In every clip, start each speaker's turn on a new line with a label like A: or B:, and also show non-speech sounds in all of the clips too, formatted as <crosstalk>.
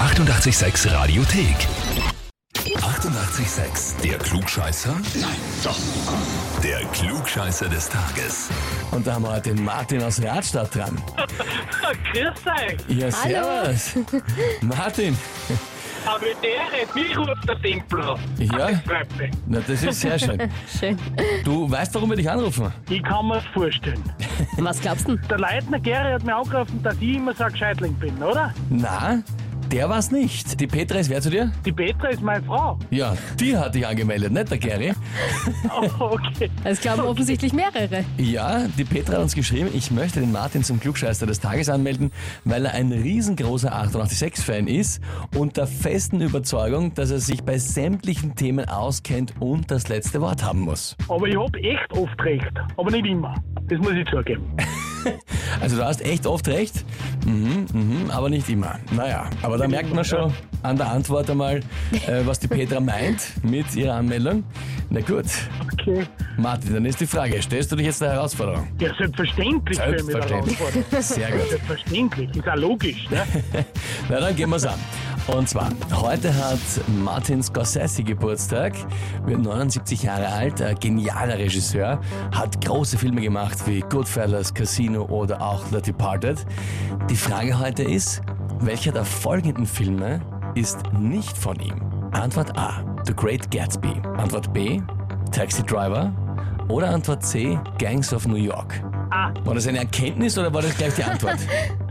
A: 886 Radiothek. 88,6. Der Klugscheißer? Nein, doch. Der Klugscheißer des Tages.
B: Und da haben wir heute den Martin aus Radstadt dran.
C: Grüß euch,
B: Ja,
D: Hallo.
B: servus.
D: <laughs>
B: Martin,
C: aber der redet, mich ruft der Tempel an.
B: Ja.
C: Alles Gute.
B: na, das ist sehr schön.
D: <laughs> Schön.
B: Du weißt, warum wir dich anrufen?
C: Ich kann mir's vorstellen.
D: Was glaubst du?
C: Der Leitner Gary hat mir angerufen, dass ich immer so ein Gescheitling bin, oder?
B: Na, der war's nicht. Die Petra ist wer zu dir?
C: Die Petra ist meine <laughs> Frau.
B: Ja, die hat dich angemeldet, nicht der Gary?
C: Oh, okay.
D: Es glauben offensichtlich mehrere.
B: Ja, die Petra hat uns geschrieben, ich möchte den Martin zum Klugscheißer des Tages anmelden, weil er ein riesengroßer 886-Fan ist und der festen Überzeugung, dass er sich bei sämtlichen Themen auskennt und das letzte Wort haben muss.
C: Aber ich hab echt oft recht, aber nicht immer. Das muss ich zugeben.
B: Also du hast echt oft recht, mhm, mhm, aber nicht immer. Naja, aber da merkt man schon an der Antwort einmal, äh, was die Petra meint mit ihrer Anmeldung. Na gut,
C: Okay.
B: Martin, dann ist die Frage, stellst du dich jetzt der Herausforderung?
C: Ja, selbstverständlich stell ich mir da
B: Selbstverständlich.
C: Antworten.
B: Sehr gut.
C: Selbstverständlich, ist auch logisch. Ne?
B: Na dann gehen wir's an. Und zwar, heute hat Martin Scorsese Geburtstag, wird 79 Jahre alt, ein genialer Regisseur, hat große Filme gemacht wie Goodfellas, Casino oder auch The Departed. Die Frage heute ist, welcher der folgenden Filme ist nicht von ihm? Antwort A, The Great Gatsby. Antwort B, Taxi Driver. Oder Antwort C, Gangs of New York.
C: Ah,
B: War das eine Erkenntnis oder war das gleich die Antwort?
C: das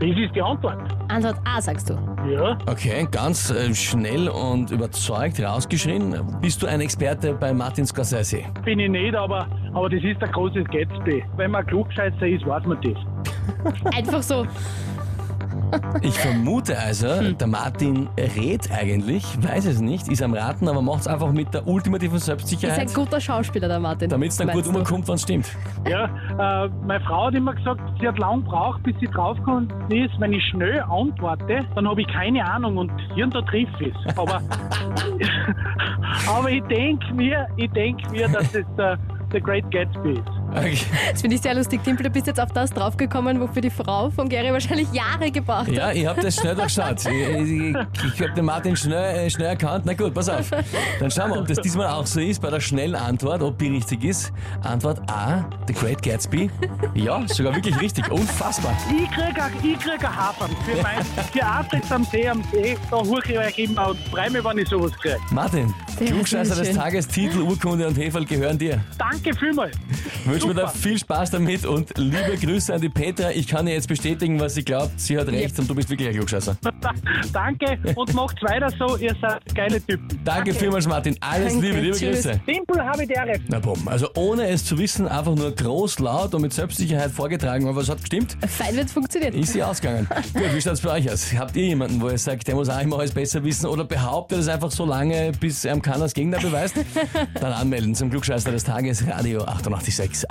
C: ist die Antwort.
D: Antwort A sagst du.
C: Ja,
B: Okay, ganz äh, schnell und überzeugt rausgeschrien. Bist du ein Experte bei Martin Scorsese?
C: bin ich nicht, aber, aber das ist der große Gatsby. Wenn man klugscheißer ist, weiß man das.
D: Einfach so.
B: Ich vermute also,
D: Hm.
B: der Martin rät eigentlich, weiß es nicht, ist am Raten, aber macht's einfach mit der ultimativen
D: Ist
B: Selbstsicherheit,
D: ein guter Schauspieler, der Martin.
B: damit's dann gut
D: meinst du?
B: umkommt, wann's stimmt.
C: Ja, äh, meine Frau hat immer gesagt, sie hat lang gebraucht, bis sie draufgekommen ist. Wenn ich schnell antworte, dann habe ich keine Ahnung und hier und da trifft es. Aber, <laughs> aber ich denke mir, ich denk mir, dass es der, der Great Gatsby ist.
B: Okay.
D: Das finde ich sehr lustig. Timpel, du bist jetzt auf das draufgekommen, wofür die Frau von Gary wahrscheinlich Jahre gebraucht hat.
B: Ja, ich hab das schnell durchschaut. Ich, ich, ich habe den Martin schnell, äh, schnell erkannt. Na gut, pass auf. Dann schauen wir, ob das diesmal auch so ist bei der schnellen Antwort, ob die richtig ist. Antwort A, The Great Gatsby. Ja, sogar wirklich richtig. Unfassbar.
C: Ich krieg ein- ich krieg ein Hafern für mein für Auftritt am See, am See. Da hoch ich euch immer und freue mich, wenn ich sowas kriege.
B: Martin,
D: Sehr
B: Klugscheißer
D: schön.
B: des Tages, Titel, Urkunde und Heferl gehören dir.
C: Danke vielmals. <laughs>
B: Wünschen wir dir
C: Super.
B: viel Spaß damit und liebe Grüße an die Petra. Ich kann ihr jetzt bestätigen, was sie glaubt. Sie hat recht und du bist wirklich ein Klugscheißer.
C: Danke und macht's weiter so. Ihr seid geile Typen.
B: Danke vielmals, Martin. Alles
D: Danke,
B: Liebe, liebe
D: tschüss.
B: Grüße.
C: Simpel habe ich der
B: Na bumm, also ohne es zu wissen, einfach nur groß, laut und mit Selbstsicherheit vorgetragen, aber es hat gestimmt,
D: Fein wird's funktioniert.
B: ist sie
D: <laughs>
B: ausgegangen. Gut, wie schaut's bei euch aus? Habt ihr jemanden, wo ihr sagt, der muss auch immer alles besser wissen oder behauptet es einfach so lange, bis er keiner das Gegenteil
D: <laughs>
B: beweist? Dann anmelden zum Glückscheißer des Tages, Radio 886